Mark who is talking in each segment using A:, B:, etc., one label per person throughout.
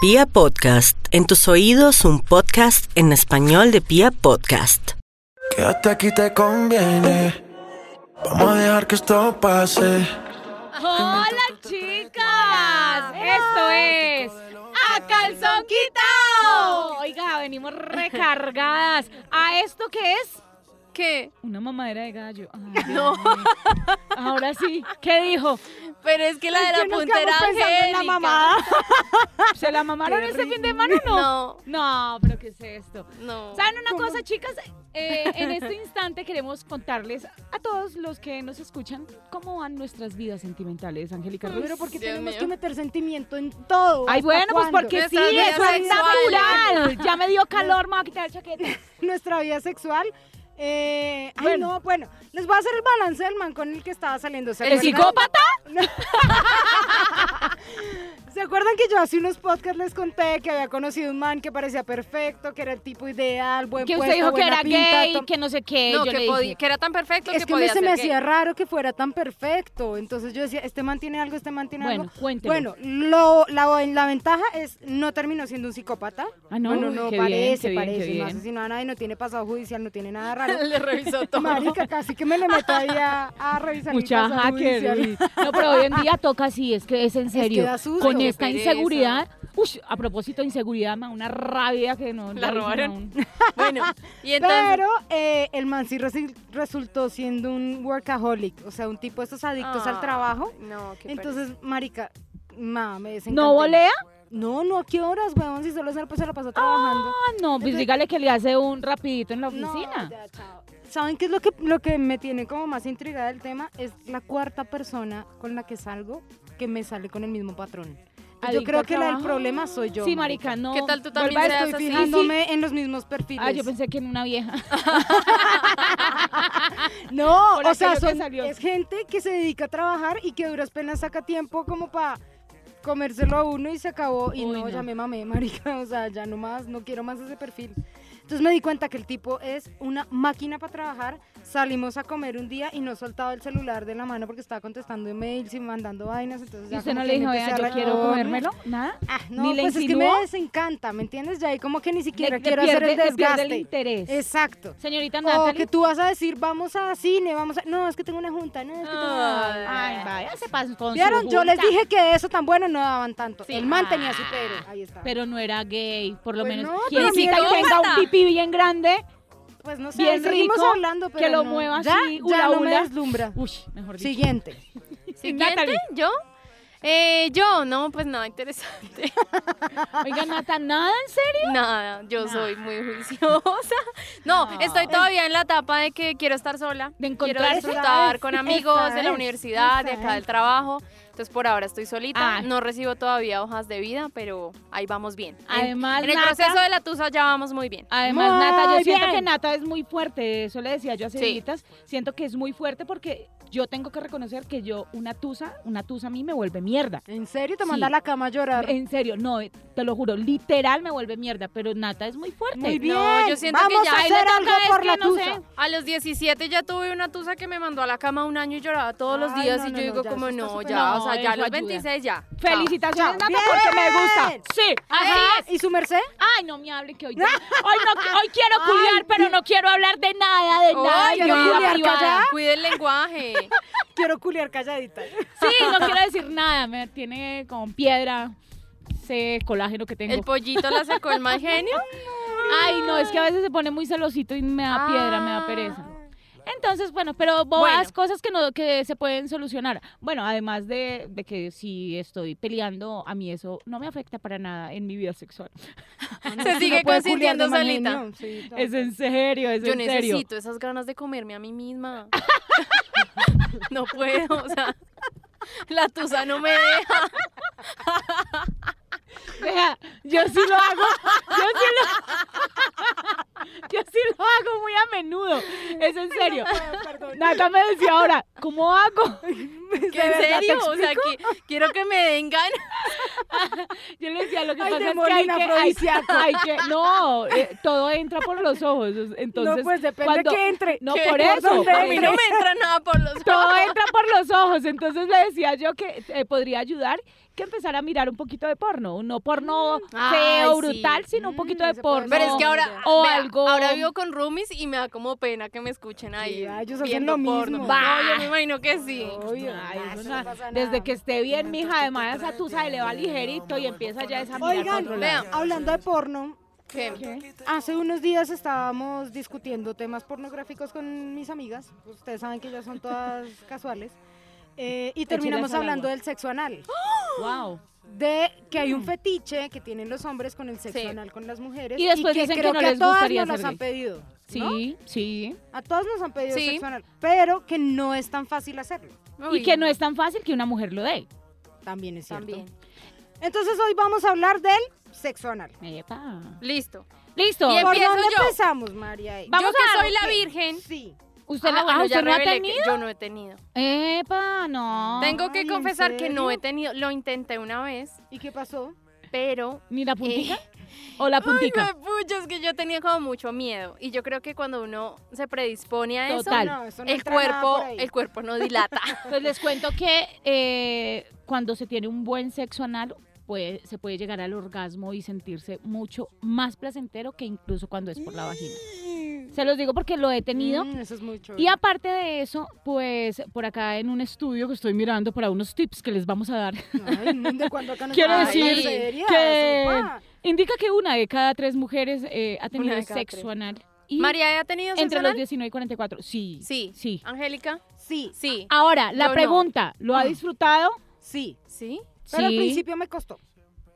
A: Pia Podcast, en tus oídos un podcast en español de Pia Podcast.
B: Que hasta aquí te conviene. Vamos a dejar que esto pase.
C: Hola chicas, esto es A Calzón Quitado. Oiga, venimos recargadas. ¿A esto qué es?
D: ¿Qué?
C: Una mamadera de gallo. no. Ahora sí, ¿qué dijo?
D: Pero es que la de la punta era angélica.
C: ¿Se la mamaron este fin de semana o no?
D: No,
C: No, pero ¿qué es esto?
D: no.
C: ¿Saben una cosa, chicas? Eh, en este instante queremos contarles a todos los que nos escuchan cómo van nuestras vidas sentimentales, Angélica Rubio,
E: Pero porque
D: Dios
E: tenemos
D: mío.
E: que meter sentimiento en todo.
C: Ay,
E: ¿Hasta
C: bueno, pues
E: cuándo?
C: porque sí,
D: Nuestra vida
C: eso es
D: sexual.
C: natural. Ya me dio calor, me voy a quitar la chaqueta.
E: Nuestra vida sexual. eh, ay,
C: Bueno.
E: no, bueno, les voy a hacer el balance del man con el que estaba saliendo. ¿se
C: ¿El
E: acuerdan?
C: psicópata?
E: ¿Se acuerdan que yo hace unos podcasts les conté que había conocido un man que parecía perfecto, que era el tipo ideal, buen
C: Que usted
E: puesto,
C: dijo que
E: buena
C: era
E: pinta,
C: gay,
E: tom-
C: que no sé qué.
D: No,
C: yo
D: que,
C: le
D: podi-
C: dije.
D: que era tan perfecto
E: Es que a mí
D: podía
E: se me
D: ser
E: hacía raro que fuera tan perfecto. Entonces yo decía, este man tiene algo, este man tiene
C: Bueno,
E: algo.
C: cuéntelo.
E: Bueno, lo- la, la ventaja es no terminó siendo un psicópata.
C: Ah, no,
E: no, no,
C: qué bien,
E: parece,
C: qué bien,
E: parece.
C: qué
E: No
C: bien.
E: asesinó a nadie, no tiene pasado judicial, no tiene nada raro.
D: gay. Le revisó todo.
E: Marica, casi que me le meto ahí a, a revisar
C: Mucha
E: mi pasado
C: hacker.
E: judicial.
C: uy. No, pero hoy en día toca así, es que es en
E: que
C: serio.
E: da susto.
C: Con
E: Qué
C: esta
D: pereza.
C: inseguridad. Uy, a propósito de inseguridad, me da una rabia que no.
D: La
C: dicen
D: robaron.
C: aún.
D: Bueno, y entonces.
E: Pero eh, el man sí resi- resultó siendo un workaholic, o sea, un tipo de estos adictos al
D: Ah,
E: trabajo.
D: No, qué
E: Entonces, marica, ma, me desencanté.
C: ¿No volea?
E: No, no, ¿a qué horas, weón? Si solo pues, se la pasa, la pasa trabajando.
C: Ah, no, pues
E: Entonces-
C: dígale que le hace un rapidito en la
E: No,
C: oficina.
E: ya, chao. ¿Saben qué es lo que, lo que me tiene como más intrigada del tema? Es la cuarta persona con la que salgo que me sale con el mismo patrón.
C: Adicto
E: yo creo
C: al
E: que la del
C: trabajo.
E: problema soy yo.
C: sí, marica, no.
D: ¿Qué tal tú
E: Vuelva,
D: también seas
E: estoy
D: así?
E: fijándome en los mismos perfiles.
C: Ah, yo pensé que en una vieja.
E: No,
C: Por
E: o
C: aquello
E: sea,
C: que
E: son-
C: salió.
E: es gente que se dedica a trabajar y que a duras penas saca tiempo como para comérselo a uno y se acabó. Y
C: Uy,
E: no,
C: no.
E: ya me mamé, marica. O sea, ya no más, no quiero más ese perfil. Entonces me di cuenta que el tipo es una máquina para trabajar. Salimos a comer un día y no soltaba el celular de la mano porque estaba contestando emails y mandando vainas. Entonces
C: ¿Y
E: ya
C: usted
E: como
C: no
E: que
C: le
E: me
C: dijo,
E: empecé
C: vea,
E: a
C: yo quiero
E: retomar".
C: comérmelo? ¿Nada.
E: Ah, no,
C: ¿Ni le
E: pues es
C: insinuó?
E: que me desencanta, ¿me entiendes? Ya ahí como que ni siquiera
C: Le- le
E: quiero
C: pierde-
E: hacer el
C: le pierde el
E: desgaste.
C: interés.
E: Exacto.
C: Señorita
E: O
C: Natalie.
E: que tú vas a decir, vamos a cine, vamos a... No, es que tengo una junta, no, es que tengo una...
C: Ay, vaya, se pasó Ah, con su
E: ¿Vieron? Yo les
C: junta. Ah,
E: dije que eso tan bueno no daban tanto.
D: Sí.
E: El man tenía su pero. Ahí está.
C: Pero no era gay, por lo
E: Pues
C: menos.
E: no,
C: Quien
E: pero
C: cita que
D: psicópata.
C: tenga un pipí bien grande,
E: pues no sé,
C: bien
E: ahí seguimos
C: rico,
E: hablando,
C: que
E: pero
C: lo
E: no.
C: mueva
E: ya,
C: así,
E: ya
C: hula,
E: no me
C: hula.
E: deslumbra.
C: uy, mejor dicho.
E: Siguiente.
D: ¿Siguiente?
C: Natalie.
D: ¿Yo? Eh, yo, no, pues nada interesante.
C: Oiga, Nata, ¿nada en serio?
D: Nada, yo soy muy juiciosa. No,
C: No.
D: estoy todavía en la etapa de que quiero estar sola.
C: De
D: Quiero
C: encontrar
D: disfrutar
E: es,
D: con
E: esa
D: amigos de la
E: es,
D: universidad, de
E: esa
D: acá del
E: es.
D: trabajo. Entonces por ahora estoy solita.
C: Ah.
D: No recibo todavía hojas de vida, pero ahí vamos bien. En-
C: Además,
D: en, el
C: Nata-
D: proceso de la tusa ya vamos muy
E: Ah,
D: bien.
C: Además,
E: Muy
C: Nata, yo siento
E: bien.
C: que Nata es muy fuerte, eso le decía yo hace
D: Sí.
C: días, siento que es muy fuerte porque yo tengo que reconocer que yo, una tusa, una tusa a mí me vuelve mierda.
E: ¿En serio te
C: Sí.
E: manda a la cama a llorar?
C: En serio, no, eh, te lo juro, literal me vuelve mierda, pero Nata es muy fuerte.
E: Muy bien.
D: No, yo siento que
E: vamos
D: ya
E: a
D: ahí le
E: hacer
D: toca
E: algo
D: es
E: por
D: que
E: la
D: no sé.
E: tusa.
D: A los 17 ya tuve una tusa que me mandó a la cama un año y lloraba todos los
E: Ay,
D: días
E: no,
D: y
E: no,
D: yo
E: no,
D: digo
E: ya
D: como
E: eso está
D: no,
E: súper
D: ya,
C: bien. No,
D: o sea, ya a
C: eso
D: los
C: ayuda.
D: 26 ya. Chao.
C: Felicitaciones, Nata,
E: Bien.
C: porque me gusta. Sí.
D: Así es.
E: ¿Y su merced?
C: Ay, no me hable que hoy, tengo- hoy, no, hoy quiero culiar, pero no quiero hablar de nada, de nada
D: Ay,
C: de mi
E: quiero
C: vida
E: culiar,
C: privada.
E: callada.
D: Cuide el lenguaje.
E: Quiero culiar calladita.
C: Sí, no quiero decir nada, me tiene con piedra ese colágeno que tengo.
D: El pollito la sacó el mal genio.
C: Ay, no, es que a veces se pone muy celosito y me da piedra, me da
D: Ah.
C: pereza. Entonces, bueno, pero bobadas
D: Bueno.
C: cosas que no que se pueden solucionar. Bueno, además de, de que si estoy peleando, a mí eso no me afecta para nada en mi vida sexual.
D: Se sigue consintiendo solita.
C: Es en serio, es
D: Yo
C: en serio.
D: necesito esas ganas de comerme a mí misma. No puedo, o sea, la tusa no me deja.
C: Vea, yo sí lo hago, yo sí lo, yo sí lo hago muy a menudo, es en serio. Nata me decía ahora, ¿cómo hago?
D: ¿Qué, ¿En serio? O sea, que- quiero que me den ganas.
C: Yo le decía, lo que
E: Ay,
C: pasa
E: de
C: es que hay
E: Molina,
C: que, hay-
E: afrodisíaco.
C: hay que- no, eh, todo entra por los ojos, entonces.
E: no, pues depende
C: cuando-
E: que entre.
C: No,
D: ¿Qué?
C: por
D: ¿Por
C: eso.
E: dónde
C: por
D: A mí no
C: eso.
D: me entra nada por los
C: Todo entra por los ojos, entonces le decía yo que eh, podría ayudar que empezar a mirar un poquito de porno. Un No porno
D: Mm. Ay,
C: feo,
D: sí.
C: brutal, sino un poquito
E: Mm,
C: de
E: eso puede
C: porno.
E: ser.
D: Pero es que ahora,
C: O
D: vea,
C: algo-
D: ahora vivo con roomies y me da como pena que me escuchen ahí.
E: Sí, ah, ellos hacen
D: viendo
E: lo mismo.
D: porno. No,
C: Bah.
D: yo me imagino que sí.
C: Obvio,
E: Nah,
C: ay,
E: eso
C: eso
E: no
C: no-
E: pasa nada.
C: desde que esté bien, mija, además esa tusa le va ligerito y empieza ya esa mirada para
E: Oigan,
C: otro
D: vean.
C: lado.
D: lado.
E: hablando de porno,
D: ¿Qué?
E: hace unos días estábamos discutiendo temas pornográficos con mis amigas. Ustedes saben que ellas son todas casuales. eh, y terminamos
C: al
E: hablando
C: agua.
E: del sexo anal.
C: Wow.
E: De que hay un fetiche que tienen los hombres con el sexo
D: Sí.
E: anal con las mujeres.
C: Y después dicen que
E: creo
C: no
E: a
C: les
E: todas
C: gustaría
E: nos los
C: ser
E: han
C: gay.
E: pedido.
C: Sí,
E: ¿no?
C: sí.
E: A todas nos han pedido
D: Sí.
E: sexo anal, pero que no es tan fácil hacerlo.
C: Y que no es tan fácil que una mujer lo dé.
E: También es cierto.
D: También.
E: Entonces hoy vamos a hablar del sexo anal.
C: Epa.
D: Listo.
C: Listo.
D: Bien.
E: ¿Por
D: Empiezo
E: dónde
D: yo.
E: empezamos, María?
C: Va- Vamos
D: yo que
C: a-
D: soy la
E: ¿qué?
D: virgen.
E: Sí.
C: ¿Usted,
D: Ah,
C: no-
D: bueno,
C: ah,
D: ya
C: ¿usted no ha
D: revelé que
C: tenido?
D: Yo no he tenido.
C: Epa, no.
D: Tengo
E: Ay,
D: que
E: ¿en
D: confesar que no he
E: serio?
D: tenido. Lo intenté una vez,
E: ¿Y qué pasó?
D: pero
C: ¿Ni la puntica? ¿O la puntica?
D: Eh. Ay, pucha, es que yo tenía como mucho miedo. Y yo creo que cuando uno se predispone a eso,
C: Total.
E: No, eso no
D: el
E: entra nada
D: cuerpo,
E: por ahí.
D: el cuerpo no dilata.
C: Pues les cuento que eh, cuando se tiene un buen sexo anal, puede- se puede llegar al orgasmo y sentirse mucho más placentero que incluso cuando es por la vagina. Se los digo porque lo he tenido.
E: Mm, eso es mucho.
C: Y aparte de eso, pues por acá en un estudio que estoy mirando para unos tips que les vamos a dar,
E: Ay, no, ¿de cuándo acá nos
C: Quiero
E: pasan
D: decir
E: groserías?
C: que-
E: Opa.
C: indica que una de cada tres mujeres eh, ha
D: Una
C: tenido
D: de cada
C: sexo
D: tres.
C: anal. Y
D: María, ¿ha tenido sexo
C: entre los
D: anal?
C: 19 y 44. Sí.
D: Sí.
C: Sí.
D: Angélica,
E: Sí,
D: sí.
C: Ahora,
D: Yo
C: la
D: no. Mm.
C: pregunta, ¿lo ha disfrutado?
E: sí.
D: ¿Sí?
E: Pero al
C: Sí.
E: principio me costó.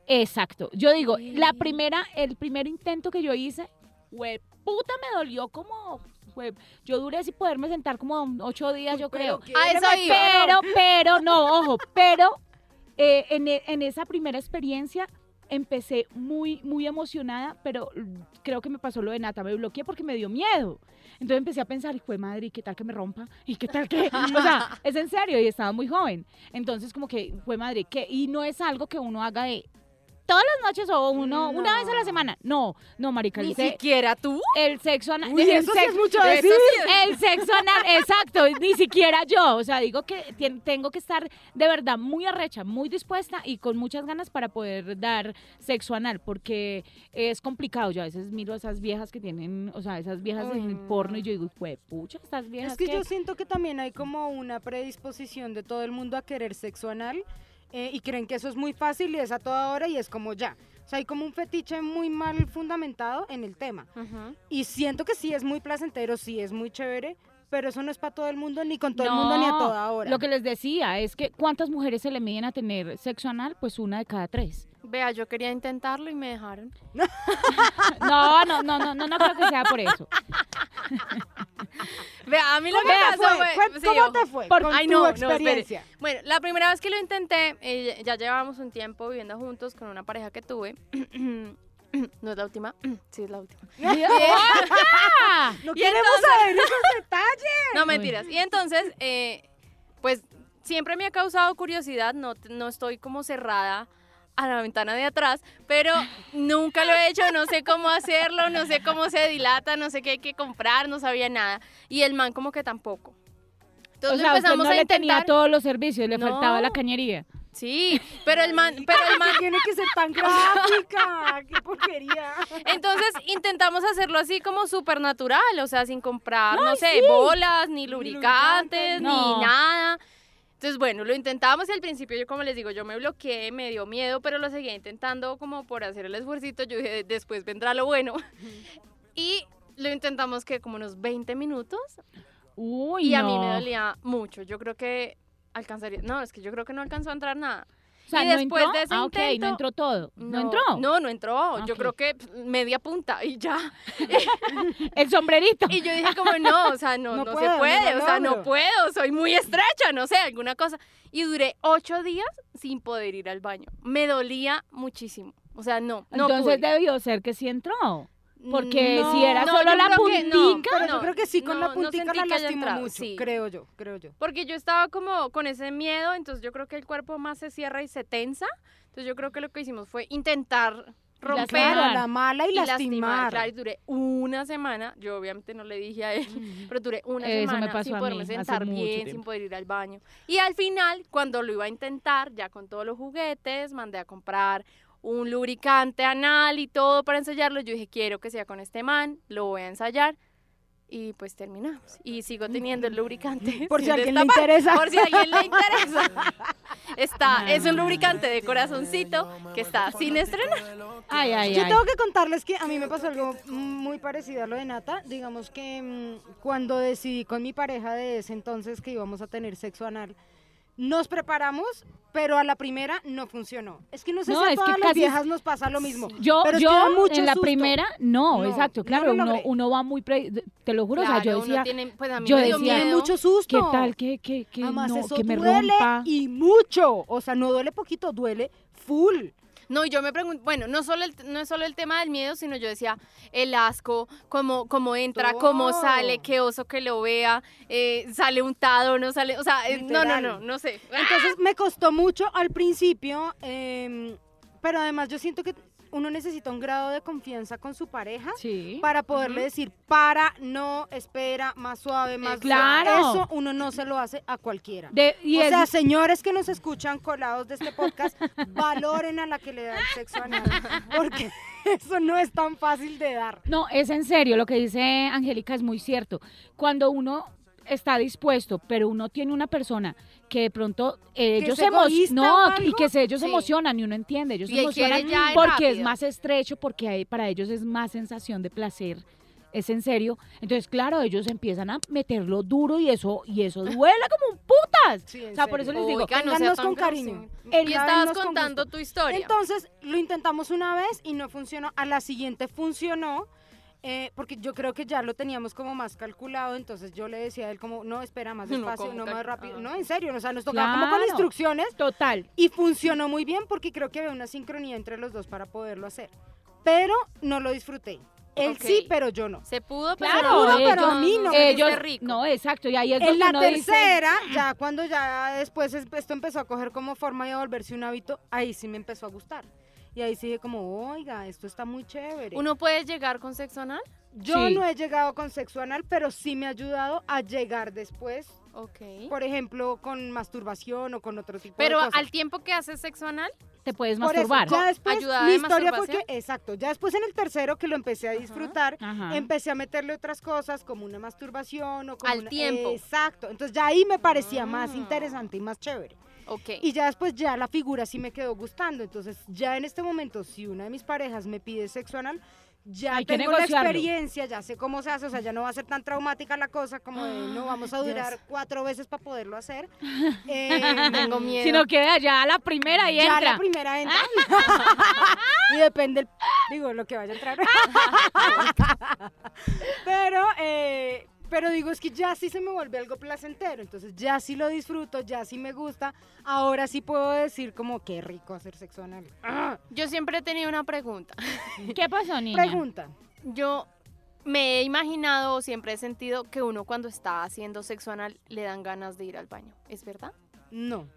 C: Exacto. Yo digo, la
D: Sí.
C: primera, el primer intento que yo hice, hue- puta me dolió como. hue- Yo duré sin poderme sentar como ocho días, yo creo.
E: Pero que
D: Ah,
E: era
D: eso iba.
C: Pero, pero, no, ojo, pero eh, en, e- en esa primera experiencia empecé muy, muy emocionada, pero mm, creo que me pasó lo de Nata, me bloqueé porque me dio miedo. Entonces empecé a pensar, hijo de madre, ¿y qué tal que me rompa? ¿Y qué tal que...? O sea, es en serio, y estaba muy joven. Entonces como que, fue madre, que Y no es algo que uno haga de todas las noches o uno, una vez a la semana. No, no, marica, el,
D: Ni
C: se-
D: siquiera tú.
C: el sexo anal...
E: Uy,
C: el
E: eso sí es
C: sexo-
E: mucho
D: Eso
E: decir.
D: sí es-
C: el sexo anal, exacto, ni siquiera yo. O sea, digo que tien- tengo que estar de verdad muy arrecha, muy dispuesta y con muchas ganas para poder dar sexo anal, porque es complicado. Yo a veces miro a esas viejas que tienen, o sea, esas viejas
D: Uy,
C: en el
D: no.
C: porno y yo digo, pues, pucha, estas viejas.
E: Es que yo siento que también hay como una predisposición de todo el mundo a querer sexo anal eh, y creen que eso es muy fácil y es a toda hora y es como ya. O sea, hay como un fetiche muy mal fundamentado en el tema.
D: Ujú.
E: Y siento que sí es muy placentero, sí es muy chévere, pero eso no es para todo el mundo, ni con todo el
C: No,
E: mundo, ni a toda hora.
C: Lo que les decía es que ¿cuántas mujeres se le miden a tener sexo anal? Pues una de cada tres.
D: Vea, yo quería intentarlo y me dejaron.
C: No, no, no, no, no, no creo que sea por eso.
D: Vea, a mí lo
E: ¿Cómo
D: que
E: te
D: pasó
E: fue?
D: fue...
E: Cuen-
D: sí,
E: ¿Cómo
D: ojo.
E: te fue
C: Por-
E: con
D: Ay,
E: tu
D: no, no, espere.
E: experiencia?
D: Bueno, la primera vez que lo intenté, eh, ya llevábamos un tiempo viviendo juntos con una pareja que tuve. no es la última, sí es la última.
C: ¡Ah!
E: no
D: Y
E: queremos
D: entonces-
E: saber esos detalles.
D: No, mentiras. Y entonces, eh, pues siempre me ha causado curiosidad, no, t- no estoy como cerrada a la ventana de atrás, pero nunca lo he hecho, no sé cómo hacerlo, no sé cómo se dilata, no sé qué hay que comprar, no sabía nada. Y el man como que tampoco. Entonces
C: o sea, usted
D: empezamos
C: no
D: a
C: le tenía
D: intentar.
C: todos los servicios, le
D: No.
C: faltaba la cañería.
D: Sí, pero el man, pero el man,
E: Tiene que ser tan gráfica. ¡Qué porquería!
D: Entonces intentamos hacerlo así como súper natural, o sea, sin comprar, no sé, bolas, ni lubricantes,
E: lubricantes,
C: no.
D: ni nada. Entonces, bueno, lo intentamos y al principio yo, como les digo, yo me bloqueé, me dio miedo, pero lo seguía intentando como por hacer el esfuercito. Yo dije, después vendrá lo bueno. Y lo intentamos que como unos 20 minutos
C: Uy,
D: y a mí me
C: no.
D: dolía mucho. Yo creo que alcanzaría, no, es que yo creo que no alcanzó a entrar nada.
C: O sea,
D: Y
C: ¿no
D: después
C: entró?
D: de ese
C: ah, ok,
D: intento-
C: no entró todo. No, entró. Ah,
D: No, no entró. Yo
C: Ok.
D: creo que pf, media punta y ya.
C: El sombrerito.
D: Y yo dije como, no, o sea, no,
E: No
D: no,
E: puedo,
D: se puede,
E: no lo
D: o sea,
E: logro.
D: no puedo, soy muy estrecha, no sé, alguna cosa. Y duré ocho días sin poder ir al baño. Me dolía muchísimo. O sea, no, no
C: Entonces
D: pude.
C: debió ser que sí entró. porque
D: No,
C: si era
D: no,
C: solo
D: yo
C: la
D: creo que no,
C: puntica.
E: Pero yo
D: no,
E: creo que sí, con
D: no,
E: la
D: no
E: puntica
D: sentí
E: la
D: que haya
E: lastimó
D: entrado,
E: mucho.
D: sí.
E: Creo yo, creo yo.
D: Porque yo estaba como con ese miedo, entonces yo creo que el cuerpo más se cierra y se tensa. Entonces yo creo que lo que hicimos fue intentar romper
E: Claro, la mala y,
D: y
E: lastimar.
D: Claro, y duré una semana. Yo obviamente no le dije a él, pero duré una
C: Eso me
D: semana
C: pasó
D: sin
C: a
D: poderme
C: mí hace
D: sentar
C: mucho
D: bien, sin
C: tiempo.
D: poder ir al baño. Y al final, cuando lo iba a intentar, ya con todos los juguetes, mandé a comprar un lubricante anal y todo para ensayarlo. Yo dije, quiero que sea con este man, lo voy a ensayar. Y pues terminamos. Y sigo teniendo el lubricante.
E: Por si
D: sin
E: a alguien le
D: destapar,
E: interesa.
D: Por si a alguien le interesa. Está, es
C: Ah.
D: un lubricante de corazoncito que está sin estrenar.
C: Ay, ay,
E: Yo
C: ay.
E: tengo que contarles que a mí me pasó algo muy parecido a lo de Nata. Digamos que mm, cuando decidí con mi pareja de ese entonces que íbamos a tener sexo anal, nos preparamos, pero a la primera no funcionó. Es que no sé
C: No,
E: si
C: es
E: a
C: que
E: todas las
C: casi-
E: viejas nos pasa lo mismo.
C: Yo,
E: pero es que
C: yo
E: da mucho
C: en la
E: susto.
C: primera, no,
E: No,
C: exacto,
E: no
C: claro,
E: lo
C: uno,
E: logré.
C: uno va muy, pre- te lo juro, o sea,
D: Claro,
C: yo
D: uno
C: decía,
D: tiene- pues a mí
C: yo
D: me dio
E: Pero tiene
C: decía,
D: miedo.
E: mucho susto.
C: ¿qué tal? ¿Qué, qué, qué?
E: Además,
C: no,
E: eso
C: que me
E: duele
C: rompa.
E: y mucho. O sea, no duele poquito, duele full.
D: No, y yo me pregunto, bueno, no solo el, no es solo el tema del miedo, sino yo decía, el asco, cómo, cómo entra, cómo
E: Todo.
D: sale, qué oso que lo vea, eh, sale untado, no sale, o sea, eh, no, no,
E: Literal.
D: no, no sé.
E: Entonces me costó mucho al principio, em, pero además yo siento que uno necesita un grado de confianza con su pareja
C: Sí.
E: para poderle decir para, no, espera, más suave, más suave.
C: Eh, Claro.
E: Eso uno no se lo hace a cualquiera.
C: De- y
E: o
C: es-
E: sea, señores que nos escuchan colados de este podcast, valoren a la que le da el sexo anal, porque eso no es tan fácil de dar.
C: No, es en serio, lo que dice Angélica es muy cierto. Cuando uno está dispuesto, pero uno tiene una persona que de pronto eh,
E: ¿Que
C: ellos
E: es
C: emo-
E: egoísta o
C: no
E: algo?
C: y que se- ellos se
E: Sí.
C: emocionan y uno entiende, ellos
D: Y
C: se
D: él quiere
C: emocionan
D: ya de
C: porque es
D: rápido.
C: más estrecho, porque ahí para ellos es más sensación de placer. Es en serio. Entonces, claro, ellos empiezan a meterlo duro y eso y eso duele como un putas.
E: Sí, en
C: o sea, Ah, por eso
E: serio.
C: les digo,
D: Oiga, no sea
E: téngannos
D: tan
E: con
D: grosero.
E: cariño.
D: Y
E: Téngannos
D: estabas
E: con
D: contando
E: gusto.
D: tu historia.
E: Entonces lo intentamos una vez y no funcionó. A la siguiente funcionó. eh, porque yo creo que ya lo teníamos como más calculado, entonces yo le decía a él como, no, espera, más
D: No,
E: despacio,
D: como
E: no,
D: cal-
E: más rápido,
D: ah.
E: no, en serio, o sea, nos tocaba como con
C: Claro.
E: instrucciones
C: total.
E: y funcionó muy bien porque creo que había una sincronía entre los dos para poderlo hacer, pero no lo disfruté, él
D: Ok.
E: sí, pero yo no.
D: se pudo,
C: Claro,
D: pero,
C: ellos-
D: pero a mí no me
C: ellos-
D: hizo rico.
C: No, exacto, y ahí es
E: En
C: donde
E: la
C: uno dice,
E: tercera, ya cuando ya después es- esto empezó a coger como forma y a volverse un hábito, ahí sí me empezó a gustar. Y ahí sí dije como, oiga, esto está muy chévere.
D: ¿Uno puede llegar con sexo anal?
E: Yo
C: Sí.
E: no he llegado con sexo anal, pero sí me ha ayudado a llegar después,
D: Ok.
E: por ejemplo, con masturbación o con otro tipo
D: Pero
E: de cosas.
D: al tiempo que haces sexo anal,
C: te puedes
E: Por eso,
C: masturbar.
E: ya después,
D: Ayudada
E: mi
D: de
E: historia fue que,
D: masturbación.
E: exacto, ya después en el tercero que lo empecé a disfrutar,
C: Ajá.
E: empecé a meterle otras cosas como una masturbación o como
D: Al
E: una-
D: tiempo.
E: Exacto, entonces ya ahí me parecía más
D: Ah.
E: interesante y más chévere.
D: ok.
E: Y ya después ya la figura sí me quedó gustando. Entonces, ya en este momento, si una de mis parejas me pide sexo anal, ya
C: Hay que
E: tengo la
C: negociarlo.
E: experiencia, ya sé cómo se hace, o sea, ya no va a ser tan traumática la cosa como de no vamos a durar cuatro veces para poderlo hacer. Eh,
D: Tengo miedo.
C: Sino que allá la primera y
E: ya
C: entra.
E: la primera entra. y depende, el- digo, lo que vaya a entrar. pero, eh, pero digo, es que ya sí se me vuelve algo placentero. Entonces ya sí lo disfruto, ya sí me gusta. Ahora sí puedo decir como qué rico hacer sexo anal. Ah,
D: Yo siempre he tenido una pregunta.
C: ¿Qué pasó, niña?
E: Pregunta.
D: Yo me he imaginado o siempre he sentido que uno cuando está haciendo sexo anal le dan ganas de ir al baño. ¿Es verdad?
E: No.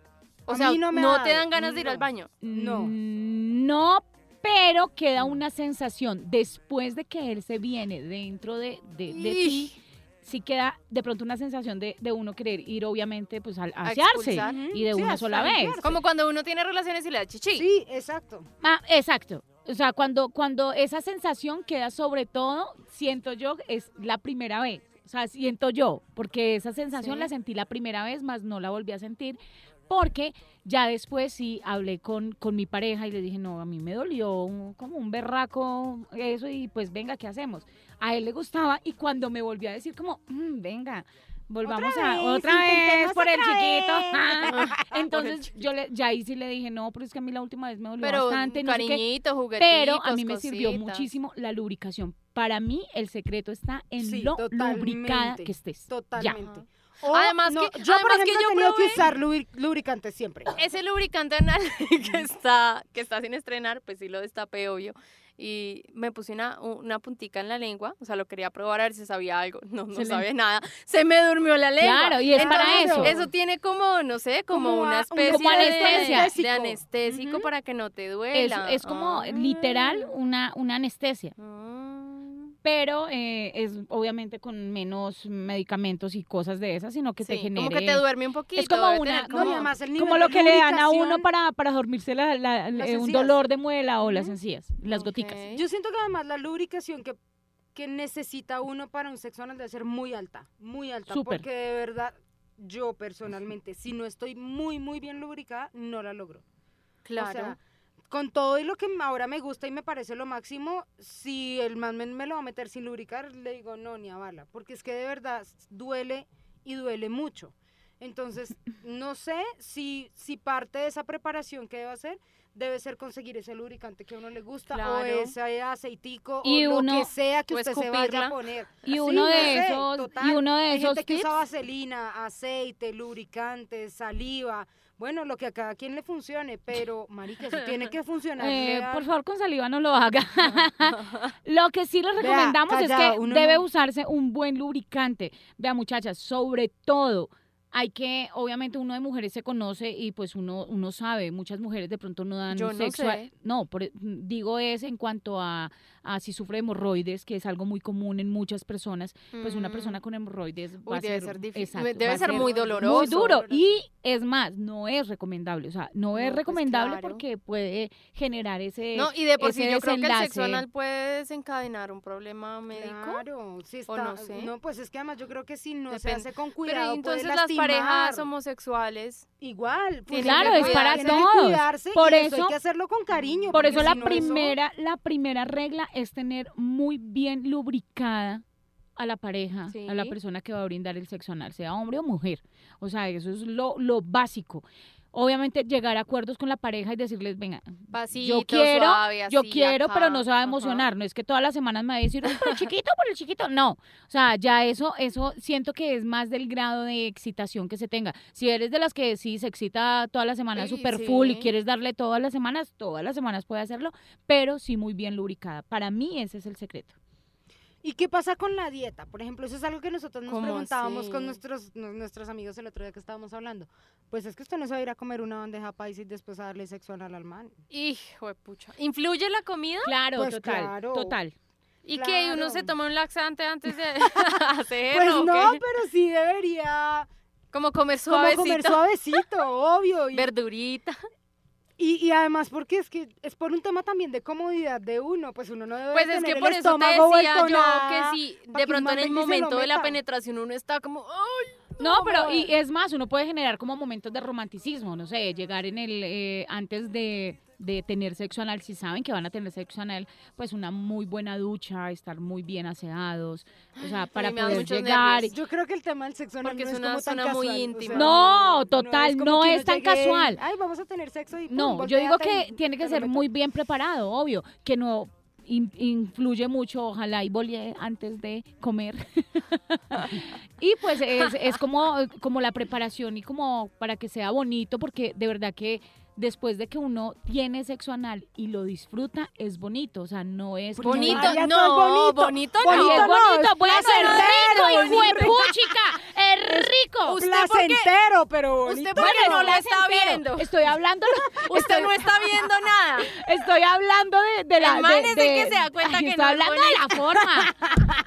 D: O
E: A
D: sea,
E: mí
D: no,
E: no me ha
D: te
E: dado,
D: dan ganas de ir al
E: no.
D: baño.
E: No.
C: Mm, No, pero queda una sensación después de que él se viene dentro de, de, de ti.
D: Ish.
C: Sí queda de pronto una sensación de, de uno querer ir obviamente pues al, a
D: A
C: asearse
D: expulsar.
C: y de
E: Sí,
C: una
E: a
C: sola vez.
E: limpiarse.
D: Como cuando uno tiene relaciones y le da chichi.
E: Sí, exacto.
C: Ah, exacto. O sea, cuando, cuando esa sensación queda sobre todo, siento yo, es la primera vez. O sea, siento yo, porque esa sensación
D: Sí.
C: la sentí la primera vez, más no la volví a sentir, porque ya después sí hablé con, con mi pareja y le dije, no, a mí me dolió un- como un berraco eso y pues venga, ¿qué hacemos? A él le gustaba y cuando me volvió a decir como, "Mm, venga, volvamos
E: Otra
C: a
E: vez,
C: otra vez
E: intentemos
C: por el
E: otra
C: chiquito.
E: vez.
C: Ah, Entonces yo le, ya ahí sí le dije, no, pero es que a mí la última vez me dolió
D: Pero
C: bastante. no sé qué".
D: cariñitos, juguetitos,
C: Pero a mí me sirvió
D: cositas.
C: muchísimo la lubricación. Para mí el secreto está en
E: Sí,
C: lo
E: totalmente,
C: lubricada que estés. Ya.
E: Totalmente. O
D: Además
E: no,
D: que-
E: yo, por
D: además que
E: ejemplo,
D: yo
E: he tenido
D: probé-
E: que usar lubri- lubricante siempre.
D: Ese lubricante anal que está, que está sin estrenar, pues sí lo destapé, obvio. Y me puse una, una puntica en la lengua, o sea, lo quería probar a ver si sabía algo. No, no
C: Se le-
D: sabía nada. Se me durmió la lengua.
C: Claro, y es para
D: Entonces,
C: eso.
D: Eso tiene como, no sé, como,
E: Como
D: una
E: a-
D: especie
C: como
D: de-
C: anestesia.
D: de, anestésico
C: Ujú.
D: para que no te
C: Es,
D: duela.
C: es como
D: Ah.
C: literal una, una anestesia,
D: Ah.
C: pero eh, es obviamente con menos medicamentos y cosas de esas, sino que te
D: Sí,
C: genere...
D: Como que te duerme un poquito.
C: como
D: debe
C: una-
D: tener
C: no,
E: No, y
D: como-
E: además el nivel
C: Como lo
E: de
C: que le dan a uno
E: lubricación-
C: para, para dormirse la- la-
E: Las
C: eh, un
E: encías.
C: dolor de muela o las
D: Ujú.
C: encías, las goticas.
D: Ok.
E: Yo siento que además la lubricación que, que necesita uno para un sexo anal debe ser muy alta, muy alta.
C: Súper.
E: Porque de verdad, yo personalmente, si no estoy muy, muy bien lubricada, no la logro.
D: Claro.
E: O sea, con todo y lo que ahora me gusta y me parece lo máximo, si el man me, me lo va a meter sin lubricar, le digo no, ni a bala. Porque es que de verdad duele y duele mucho. Entonces, no sé si, si parte de esa preparación que debo hacer debe ser conseguir ese lubricante que a uno le gusta o
D: Claro.
E: ese aceitico
C: Y
E: o
C: uno-
E: lo que sea que
D: o
E: usted se vaya
D: escupirla.
E: a poner.
C: Y
E: Sí,
C: uno
E: no
C: de
E: sé,
C: esos, y
E: total.
C: uno de
E: Hay
C: esos
E: gente que
C: tips,
E: usa vaselina, aceite, lubricante, saliva. Bueno, lo que a cada quien le funcione, pero, marica, eso tiene que funcionar.
C: eh, por favor con saliva no lo haga. lo que sí les
E: Vea,
C: recomendamos es
E: callado,
C: que
E: uno
C: debe
E: no-
C: usarse un buen lubricante. Vea muchachas, sobre todo hay que, obviamente uno de mujeres se conoce y pues uno, uno sabe, muchas mujeres de pronto no dan
D: Yo no
C: sexo. a-
D: sé.
C: No, por- e, digo es en cuanto a, a si sufre hemorroides, que es algo muy común en muchas personas, pues una
D: Mm.
C: persona con hemorroides va
D: Uy,
C: a
D: debe
C: ser,
D: ser difícil.
C: exacto, va
D: debe
C: a
D: ser muy doloroso.
C: muy duro y es más, no es recomendable, o sea, no es
D: No, pues,
C: recomendable
D: claro.
C: porque puede generar ese
E: Eh,
D: No, y de por sí
C: ese
D: yo creo que el
C: desenlace.
D: sexo anal puede desencadenar un problema médico.
E: Claro, si
D: O
E: está,
D: no sé.
E: no, pues es que además yo creo que si no se
D: Depende.
E: hace con
D: Pero
E: cuidado,
D: y entonces
E: puede
D: las parejas
E: lastimar.
D: homosexuales.
E: igual. pues,
D: Claro,
E: tienen que
D: es para
E: cuidarse, tienen que
C: todos.
E: cuidarse
C: Por
E: y eso
C: eso-
E: hay que hacerlo con
C: Por
E: cariño. porque
C: eso la
E: si no,
C: primera, la primera regla es tener muy bien lubricada a la pareja, a la
D: Sí.
C: persona que va a brindar el sexo anal, sea hombre o mujer. O sea, eso es lo, lo básico. Obviamente llegar a acuerdos con la pareja y decirles, venga,
D: Pasito,
C: yo quiero,
D: suave,
C: yo
D: así,
C: quiero, pero
D: acá,
C: no se va a
D: ajá.
C: emocionar. No es que todas las semanas me va a decir, "Uy, por el chiquito, por el chiquito. No, o sea, ya eso, eso siento que es más del grado de excitación que se tenga. Si eres de las que sí se excita todas las semanas
D: Sí,
C: super full y
D: sí.
C: quieres darle todas las semanas, todas las semanas puede hacerlo, pero sí muy bien lubricada. Para mí ese es el secreto.
D: Ah,
E: ¿Y qué pasa con la dieta? Por ejemplo, eso es algo que nosotros nos
D: ¿Cómo
E: preguntábamos
D: así?
E: con nuestros, nu- nuestros amigos el otro día que estábamos hablando. Pues es que usted no se va a ir a comer una bandeja paisa y después a darle sexo anal al man.
D: Hijo de pucha. ¿Influye la comida?
C: Claro,
E: Pues
C: total,
E: claro.
C: total.
D: ¿Y que uno
E: Claro.
D: se toma un laxante antes de hacerlo?
E: Pues
D: o
E: no,
D: qué?
E: pero sí debería
D: Como comer
E: como
D: suavecito.
E: comer suavecito, obvio. Y,
D: Verdurita.
E: y- y además porque es que es por un tema también de comodidad de uno, pues uno no debe
D: Pues es
E: tener
D: que
E: el
D: por eso te
E: estómago
D: decía
E: vuelto
D: yo
E: nada.
D: que si
E: pa'
D: de
E: que
D: pronto en
E: mande
D: el
E: y se lo
D: momento de la
E: meta.
D: penetración uno está como, ¡ay!
C: No, pero
D: me
C: y
D: voy".
C: es más, uno puede generar como momentos de romanticismo, no sé, llegar en el eh, antes de, de tener sexo anal, si saben que van a tener sexo anal, pues una muy buena ducha, estar muy bien aseados, o sea, para
D: me dan
C: poder
D: muchos
C: llegar.
D: nervios.
E: Pues Yo creo que el tema del sexo anal
D: Porque
E: no
D: es
E: es
D: una
E: como tan
D: zona muy
E: casual, o
D: íntima.
E: sea,
C: No,
E: es
C: total, no
E: como que uno
C: es tan
E: llegue y,
C: casual.
E: Ay, vamos a tener sexo y pum,
C: No, yo digo
E: voltéate
C: que
E: y
C: tiene que
E: te lo
C: ser
E: meto.
C: muy bien preparado, obvio, que no in- influye mucho, ojalá y bolie antes de comer. y pues es, es como, como la preparación y como para que sea bonito, porque de verdad que después de que uno tiene sexo anal y lo disfruta, es bonito, o sea, no es como-
D: Bonito,
E: Ay, ya
D: no,
E: todo es
D: bonito no.
C: Ay, es
D: no,
C: bonito, bueno, es
E: placentero,
C: rico, hijuepuchica, es rico.
D: Usted porque-
E: placentero, pero
D: Usted
E: bonito.
D: porque no la está
C: placentero.
D: viendo.
C: Estoy hablando,
D: Usted no está viendo nada.
C: Estoy hablando de, de la.
D: El man
C: de-
D: es el
C: de-
D: que se da cuenta
C: Ay,
D: que
C: estoy
D: no es
C: hablando de la forma.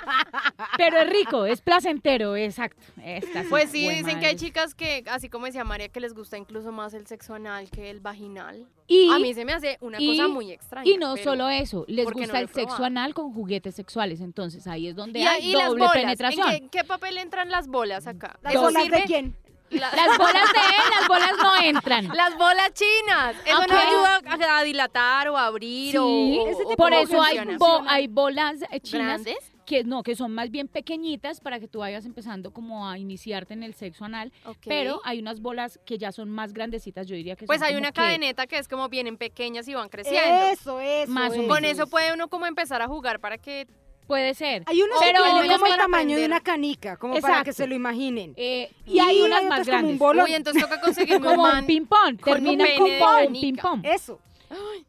C: Pero es rico, es placentero, exacto. Esta
D: Pues sí,
C: güey,
D: dicen que hay
C: madre.
D: chicas que, así como decía María, que les gusta incluso más el sexo anal que el vaginal.
C: Y,
D: a mí se me hace una
C: y-
D: cosa muy extraña.
C: y no
D: pero-
C: solo eso, les
D: ¿por qué no
C: gusta
D: lo he
C: el sexo
D: probado?
C: anal con juguetes sexuales. Entonces ahí es donde
D: Y,
C: hay
D: y las
C: doble
D: bolas.
C: penetración.
D: ¿En qué, qué papel entran las bolas acá?
E: ¿Las
D: ¿Eso
E: bolas
D: sirve?
E: de quién?
D: La-
C: Las bolas de él, las bolas no entran.
D: las bolas chinas. Eso no
C: Ok.
D: ayuda a, a dilatar o a abrir
C: Sí,
D: o, o-
E: ese
D: o
E: tipo
D: cómo
C: Por eso hay,
D: funciona.
C: bo- hay bolas eh, chinas
D: ¿Grandes?
C: que no, que son más bien pequeñitas para que tú vayas empezando como a iniciarte en el sexo anal.
D: Ok.
C: Pero hay unas bolas que ya son más grandecitas, yo diría que
D: Pues
C: son
D: hay
C: como
D: una
C: que-
D: cadeneta que es como vienen pequeñas y van creciendo.
E: Eso, eso.
C: Más o
E: eso,
C: menos.
D: Con eso
E: eso.
D: puede uno como empezar a jugar para que
C: Puede ser.
E: Hay unos
C: Pero
E: que tienen
C: obvio
E: como el
C: para
E: tamaño de
C: aprender.
E: una canica, como para
F: Exacto.
E: que se lo imaginen.
C: Eh,
E: Y, ahí
F: unas
E: hay
F: más
E: otros como un
F: grandes.
E: bolo.
D: Uy, entonces toca conseguirme un
F: Como un
D: man.
F: ping-pong.
D: con
F: Termina
D: un
F: con
D: pene de
F: pong,
D: canica.
F: ping-pong.
C: Eh,
E: Eso.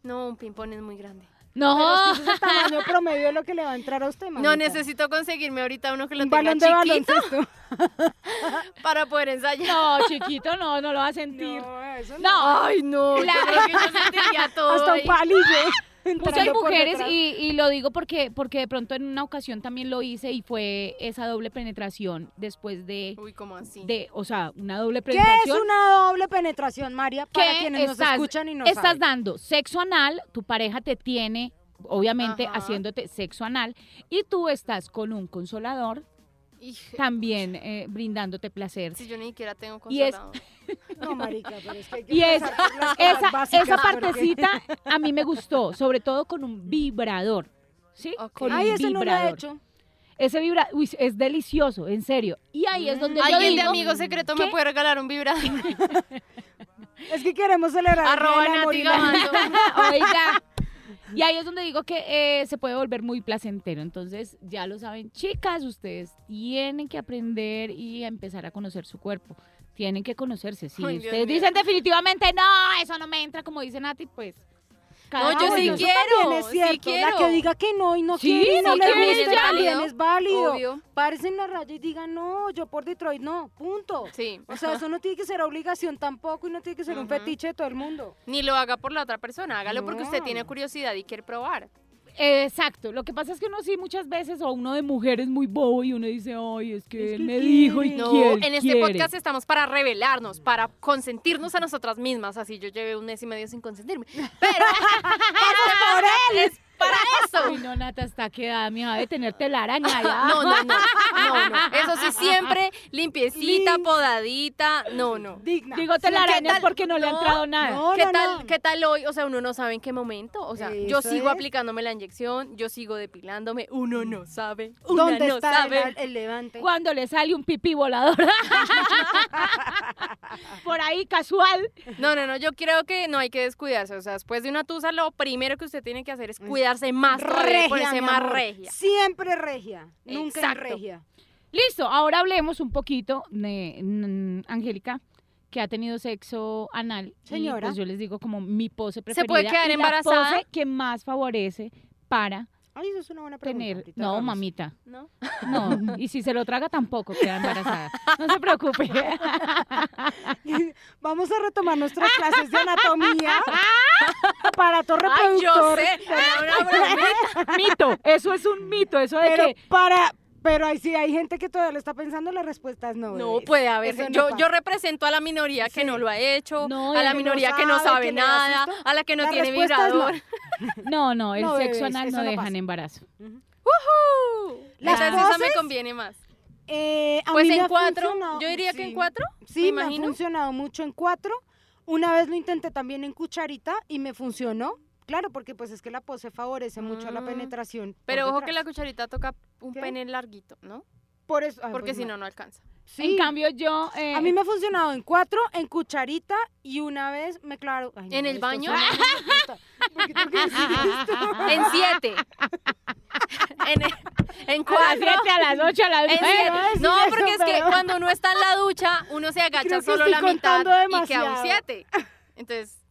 D: No, un ping-pong es muy grande.
E: Pero
C: no,
E: es que ese es el tamaño promedio de lo que le va a entrar a usted,
D: No,
E: mamita.
D: necesito conseguirme ahorita uno que lo
E: un
D: tenga
E: balón de
D: chiquito
E: baloncesto.
D: para poder ensayar.
F: No, chiquito, no, no lo va a sentir.
E: eso
F: No,
D: Ay, no, yo creo que yo sentiría todo
E: Hasta un
D: ahí.
E: palillo.
C: muchas
E: entrando por
C: mujeres,
E: detrás.
C: y, y lo digo porque, porque de pronto en una ocasión también lo hice y fue esa doble penetración después de,
D: Uy, ¿cómo así?
C: de o sea, una doble
E: ¿Qué es
C: penetración.
E: una doble penetración, María? Para
C: que
E: quienes nos escuchan y no
C: estás
E: saben.
C: dando sexo anal, tu pareja te tiene, obviamente,
D: Ajá.
C: haciéndote sexo anal, y tú estás con un consolador
D: Hije,
C: también eh, brindándote placer.
D: si yo ni siquiera tengo
C: Y es-
D: consolador.
E: No, marica, pero es que hay que
C: Y es-
E: empezar por las cosas
C: Esa,
E: básicas,
C: esa
E: porque-
C: partecita a mí me gustó, sobre todo con un vibrador. ¿Sí?
D: Ok.
C: Con
E: Ay,
C: un
E: ese no lo he
C: vibrador.
E: hecho.
C: Ese vibra, uy, es delicioso, en serio. Y ahí es donde yo
D: Alguien de
C: digo,
D: amigo secreto
C: ¿qué?
D: me puede regalar un vibrador.
E: Es que queremos celebrar. el
D: Arroba
E: Día del Amor
D: Nati
E: y la-
D: Gamando.
C: oiga. Y ahí es donde digo que eh, se puede volver muy placentero. Entonces, ya lo saben, chicas, ustedes tienen que aprender y empezar a conocer su cuerpo. Tienen que conocerse. Si
D: Ay, Dios
C: ustedes
D: mío.
C: dicen definitivamente, no, eso no me entra, como dice Nati, pues. cada
D: No, yo
C: uno.
D: sí
E: Ah, Eso
D: quiero,
E: también es
D: sí
E: cierto.
D: quiero.
E: La que diga que no y no
C: Sí,
E: quiere y no
C: sí,
E: le
C: también es
E: gusta también
D: válido.
E: es válido.
D: Obvio.
E: Párese en la raya y diga, no, yo por Detroit no, punto.
D: Sí.
E: O sea, eso no tiene que ser obligación tampoco y no tiene que ser un
D: Ujú.
E: fetiche de todo el mundo.
D: Ni lo haga por la otra persona, hágalo porque usted
E: No.
D: tiene curiosidad y quiere probar.
C: Exacto. Lo que pasa es que uno sí muchas veces, o uno de mujer es muy bobo y uno dice, ay, es que
E: Es
C: él
E: que
C: me
E: quiere".
C: dijo y
D: No,
C: que él
D: en este
C: quiere".
D: podcast estamos para revelarnos, para consentirnos a nosotras mismas. Así yo llevé un mes y medio sin consentirme. Pero Ah, es para
C: Uy,
D: eso.
C: no, Nata, hasta que da mi de tenerte la araña allá.
D: No, no, no, no, no. Eso sí, siempre limpiecita, podadita. No, no.
E: Digna.
C: Digo
D: ¿qué
C: telarañas
D: tal?
C: porque no, le ha
D: No,
C: entrado nada.
E: no,
D: ¿Qué
E: no,
D: tal,
E: no.
D: ¿Qué tal hoy? O sea, uno no sabe en qué momento. O sea, yo
E: Eso
D: sigo
E: es.
D: aplicándome la inyección, yo sigo depilándome. Uno no sabe. Uno
E: ¿Dónde
D: no
E: está
D: sabe.
E: el, el levante?
C: Cuando le sale un pipí volador. Por ahí casual.
D: No, no, no, yo creo que no hay que descuidarse. O sea, después de una tusa, lo primero que usted tiene que hacer es cuidarse más todavía, y ponerse
E: Mm. mi
D: más
E: amor.
D: regia.
E: Siempre regia. Nunca en
D: Exacto.
E: regia.
C: Listo, ahora hablemos un poquito de mm, Angélica, que ha tenido sexo anal. y,
E: Señora.
C: pues yo les digo como mi pose
D: ¿Se
C: preferida.
D: puede quedar
C: y la
D: embarazada?
C: pose que más favorece para
E: Ay, eso es una buena pregunta.
C: tener.
E: ahorita
C: No,
E: vamos.
C: mamita.
D: ¿no?
C: No. Y si se lo traga tampoco queda embarazada. No se preocupe.
E: Vamos a retomar nuestras clases de anatomía. aparato
D: Ay, yo
E: reproductor.
D: sé. era una broma.
C: mito. Eso es un mito. Eso de
E: pero
C: que
E: para. Pero ahí sí hay gente que todavía lo está pensando, la respuesta es no.
D: No
E: bebés.
D: puede haber.
E: Eso no
D: yo,
E: pasa.
D: yo represento a la minoría que no lo ha hecho,
C: No, y la
D: a la
E: que no
D: minoría que no
E: sabe,
D: sabe
E: que le da
D: nada,
E: susto.
D: a la que no
E: La
D: tiene
E: respuesta es no.
D: vibrador.
C: No, no, el
E: No,
C: sexo
E: bebés,
C: anal
E: eso
C: no
E: no
C: dejan
E: pasa.
C: embarazo.
E: Uh,
D: ¡Ujú!
E: Las
D: Entonces, esa me
E: poses-
D: conviene más.
E: Eh, a
D: Pues
E: mí me
D: en
E: ha
D: cuatro,
E: funcionado-
D: yo diría que
E: sí.
D: en cuatro.
E: Sí, me,
D: me
E: ha
D: imagino.
E: funcionado mucho en cuatro. Una vez lo intenté también en cucharita y me funcionó. Claro, porque pues es que la pose favorece mucho a la
D: Mm.
E: penetración. por
D: Pero ojo que
E: detrás.
D: la cucharita toca un
E: ¿Qué?
D: pene larguito, ¿no?
E: Por eso, ah,
D: Porque
E: pues
D: si no, no alcanza.
E: Sí.
C: En cambio, yo. eh,
E: a mí me ha funcionado en cuatro, en cucharita y una vez me claro. Ay,
D: ¿En el
E: esto
D: baño?
E: suena muy puta. ¿Por qué tengo que decir esto?
D: En siete. en, en
C: A las
D: cuatro.
C: 7, a las 8, a las
D: En
C: 9.
D: siete.
E: decir
D: No,
E: eso,
D: porque es que
E: pero-
D: cuando uno está en la ducha, uno se agacha
E: Creo que
D: solo
E: estoy
D: la mitad
E: contando
D: y queda un
E: demasiado. Ah.
D: siete. Entonces,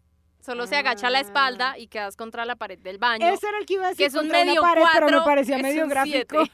D: solo se agacha la espalda y quedas contra la pared del baño.
E: Ese era el que iba a decir
D: que es un
E: contra una
D: medio
E: pared,
D: cuatro.
E: pero me parecía
D: es
E: medio
D: un
E: gráfico.
D: siete.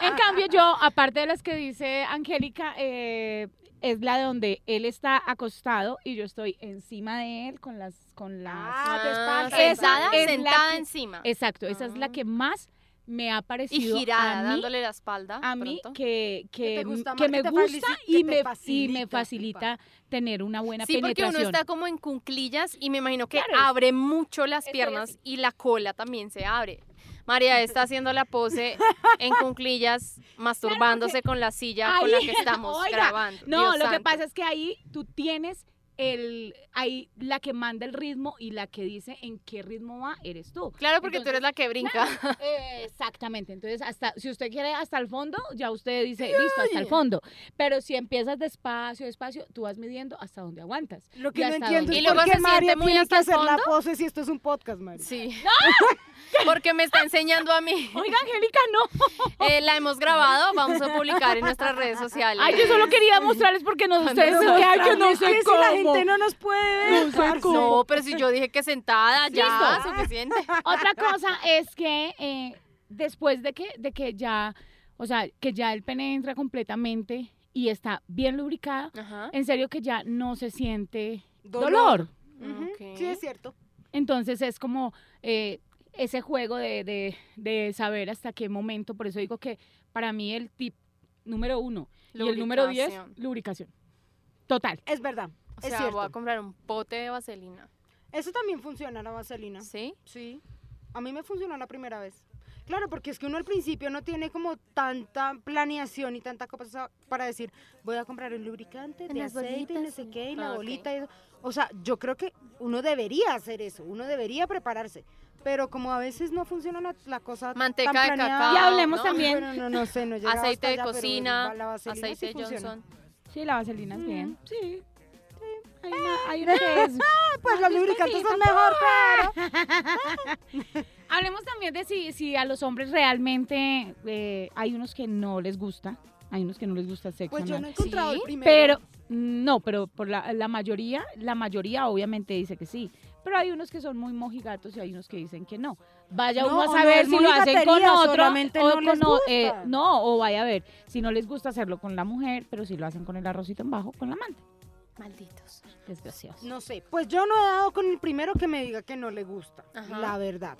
C: En cambio, yo, aparte de las que dice Angélica, eh, es la de donde él está acostado y yo estoy encima de él con las. Con las...
E: Ah, de
D: Ah,
E: espalda.
D: sentada,
C: es la
D: sentada
C: que-
D: encima.
C: Exacto, esa es la
E: Ah.
C: que más me ha
D: y
C: parecido.
D: girada,
C: a mí,
D: dándole la espalda.
C: a mí
D: pronto.
C: que, que,
E: Ah, te gusta
C: que
E: más,
C: me
E: que te
C: gusta
E: facili-
C: y
E: que te
C: me, y
E: facilita,
C: me
E: pipa.
C: facilita tener una buena
D: Sí, porque
C: penetración.
D: uno está como en cunclillas y me imagino que
C: Claro.
D: abre mucho las
C: Estoy
D: piernas
C: así.
D: y la cola también se abre. María está haciendo la pose en cunclillas, masturbándose con la silla con la
C: Ahí,
D: que estamos
C: oiga,
D: grabando.
C: No,
D: Dios
C: lo que
D: santo.
C: pasa es que ahí tú tienes el, ahí la que manda el ritmo y la que dice en qué ritmo va eres tú.
D: Claro, porque tú
C: Entonces,
D: eres la que brinca.
C: eh, Exactamente, entonces hasta si usted quiere hasta el fondo, ya usted dice, listo, hasta el fondo. Pero si empiezas despacio, despacio, tú vas midiendo hasta donde aguantas.
E: Lo
C: Y
E: que no
C: hasta
E: entiendo
C: dónde.
D: Y
E: es
D: luego
E: por
D: se
E: qué
D: siente
E: María
D: muy
E: tiene que
D: hasta el
E: hacer la
D: fondo.
E: pose si esto es un podcast, María.
D: Sí. Porque me está enseñando a mí.
C: Oiga, Angélica, no.
D: Eh, la hemos grabado, vamos a publicar en nuestras redes sociales.
C: Ay, yo solo quería mostrarles porque nos ustedes
E: Pero
C: se quedan, yo
E: Fran,
C: no
E: es
C: sé
E: que
C: cómo.
E: Si la gente no nos puede ver, parce.
D: No, pero si yo dije que sentada, ya,
C: Listo.
D: suficiente.
C: Otra cosa es que eh, después de que, de que ya, o sea, que ya el pene entra completamente y está bien lubricado,
D: Ajá.
C: en serio que ya no se siente dolor.
E: Ujú,
D: Ok.
E: Sí, es cierto.
C: Entonces es como eh, ese juego de, de- de saber hasta qué momento. Por eso digo que para mí el tip número uno y el número diez,
D: Lubricación.
C: lubricación. Total.
E: Es verdad.
D: O
E: es
D: sea, voy a
E: cierto.
D: comprar un pote de vaselina.
E: Eso también funciona la vaselina.
D: ¿Sí?
E: Sí, a mí me funcionó la primera vez. Claro, porque es que uno al principio no tiene como tanta planeación y tanta cosa para decir, voy a comprar el lubricante de
D: Unas
E: aceite, no
D: bolitas,
E: sé
D: sí.
E: qué, y la
D: Ah, ok.
E: bolita y eso. O sea, yo creo que uno debería hacer eso, uno debería prepararse. Pero como a veces no funciona la, la cosa
D: Manteca
E: tan
D: de
E: planeada-
D: cacao,
C: Y hablemos
D: ¿no?
C: también.
E: Bueno, no, no sé, no llegaba hasta
D: Aceite de
E: allá, pero
D: cocina,
E: la- la vaselina sí
D: aceite
E: funciona.
D: Johnson.
C: Sí, la vaselina es bien. Mm, Sí. Hay una,
E: Ah, Pues los lubricantes son mejor, claro.
C: Hablemos también de si, si a los hombres realmente eh, hay unos que no les gusta, hay unos que no les gusta el sexo.
E: Pues yo
C: anal.
E: no he encontrado el
D: Sí,
E: primero.
C: Pero no, pero por la, la mayoría, la mayoría obviamente dice que sí. Pero hay unos que son muy mojigatos y hay unos que dicen que no. Vaya
E: No,
C: uno a
E: o no
C: saber
E: es
C: si lo hacen con
E: mojigatería,
C: otro
E: solamente
C: o
E: no les
C: con o-
E: gusta.
C: eh, no, o vaya a ver, si no les gusta hacerlo con la mujer, pero si lo hacen con el arrocito en bajo, con la amante.
D: Malditos.
C: Desgraciados.
E: No sé, pues yo no he dado con el primero que me diga que no le gusta,
D: Ajá.
E: la verdad.